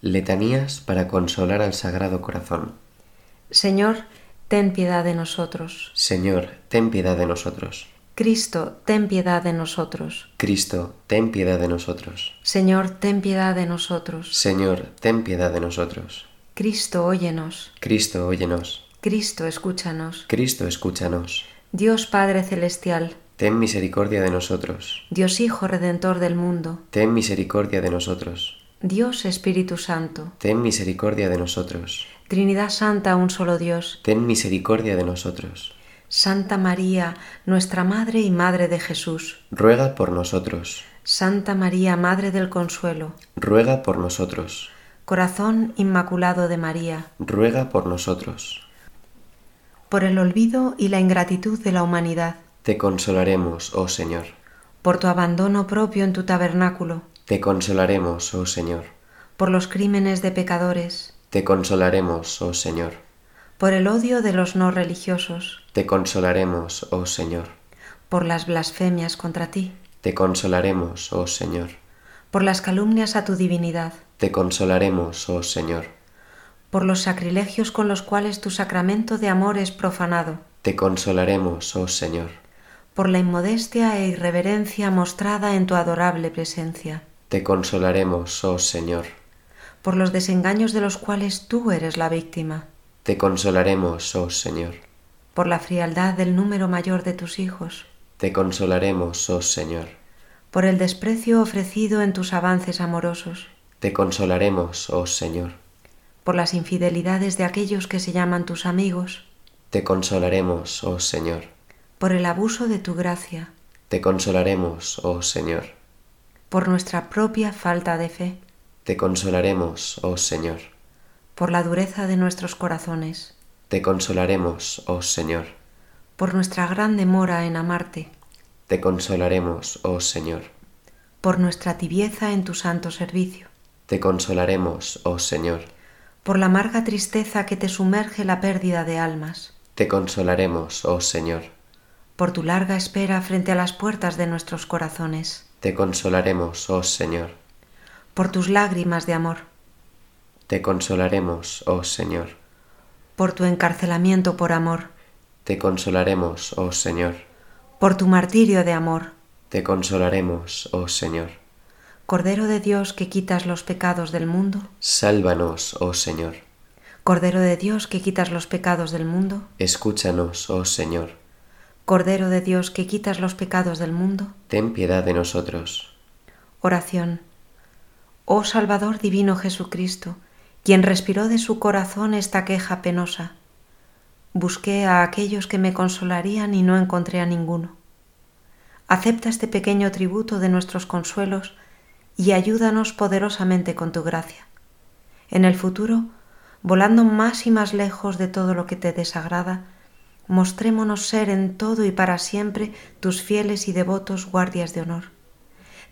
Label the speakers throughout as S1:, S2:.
S1: Letanías para consolar al Sagrado Corazón.
S2: Señor, ten piedad de nosotros.
S1: Señor, ten piedad de nosotros.
S2: Cristo, ten piedad de nosotros.
S1: Cristo, ten piedad de nosotros.
S2: Señor, ten piedad de nosotros.
S1: Señor, ten piedad de nosotros.
S2: Cristo, óyenos.
S1: Cristo, óyenos.
S2: Cristo, escúchanos.
S1: Cristo, escúchanos.
S2: Dios Padre Celestial,
S1: Ten misericordia de nosotros.
S2: Dios Hijo Redentor del mundo,
S1: Ten misericordia de nosotros.
S2: Dios Espíritu Santo,
S1: Ten misericordia de nosotros.
S2: Trinidad Santa, un solo Dios,
S1: Ten misericordia de nosotros.
S2: Santa María, nuestra Madre y Madre de Jesús,
S1: Ruega por nosotros.
S2: Santa María, Madre del Consuelo,
S1: Ruega por nosotros.
S2: Corazón Inmaculado de María,
S1: Ruega por nosotros.
S2: por el olvido y la ingratitud de la humanidad,
S1: Te consolaremos, oh Señor.
S2: por tu abandono propio en tu tabernáculo,
S1: Te consolaremos, oh Señor.
S2: por los crímenes de pecadores,
S1: Te consolaremos, oh Señor.
S2: por el odio de los no religiosos,
S1: Te consolaremos, oh Señor.
S2: por las blasfemias contra ti,
S1: Te consolaremos, oh Señor.
S2: por las calumnias a tu divinidad,
S1: Te consolaremos, oh Señor.
S2: por los sacrilegios con los cuales tu sacramento de amor es profanado,
S1: Te consolaremos, oh Señor.
S2: por la inmodestia e irreverencia mostrada en tu adorable presencia,
S1: Te consolaremos, oh Señor.
S2: por los desengaños de los cuales tú eres la víctima,
S1: Te consolaremos, oh Señor.
S2: por la frialdad del número mayor de tus hijos,
S1: Te consolaremos, oh Señor.
S2: por el desprecio ofrecido en tus avances amorosos,
S1: Te consolaremos, oh Señor.
S2: por las infidelidades de aquellos que se llaman tus amigos,
S1: Te consolaremos, oh Señor.
S2: por el abuso de tu gracia,
S1: Te consolaremos, oh Señor.
S2: por nuestra propia falta de fe,
S1: Te consolaremos, oh Señor.
S2: por la dureza de nuestros corazones,
S1: Te consolaremos, oh Señor.
S2: por nuestra gran demora en amarte,
S1: Te consolaremos, oh Señor.
S2: por nuestra tibieza en tu santo servicio,
S1: Te consolaremos, oh Señor.
S2: por la amarga tristeza que te sumerge la pérdida de almas,
S1: Te consolaremos, oh Señor.
S2: por tu larga espera frente a las puertas de nuestros corazones,
S1: Te consolaremos, oh Señor.
S2: por tus lágrimas de amor,
S1: Te consolaremos, oh Señor.
S2: por tu encarcelamiento por amor,
S1: Te consolaremos, oh Señor.
S2: por tu martirio de amor,
S1: Te consolaremos, oh Señor.
S2: Cordero de Dios que quitas los pecados del mundo,
S1: Sálvanos, oh Señor.
S2: Cordero de Dios que quitas los pecados del mundo,
S1: Escúchanos, oh Señor.
S2: Cordero de Dios que quitas los pecados del mundo,
S1: Ten piedad de nosotros.
S2: oración. Oh Salvador divino Jesucristo, quien respiró de su corazón esta queja penosa. Busqué a aquellos que me consolarían y no encontré a ninguno. Acepta este pequeño tributo de nuestros consuelos y ayúdanos poderosamente con tu gracia. En el futuro, volando más y más lejos de todo lo que te desagrada, mostrémonos ser en todo y para siempre tus fieles y devotos guardias de honor.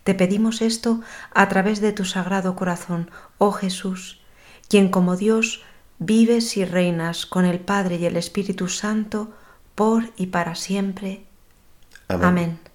S2: Te pedimos esto a través de tu sagrado corazón, oh Jesús, quien como Dios vives y reinas con el Padre y el Espíritu Santo por y para siempre. Amén.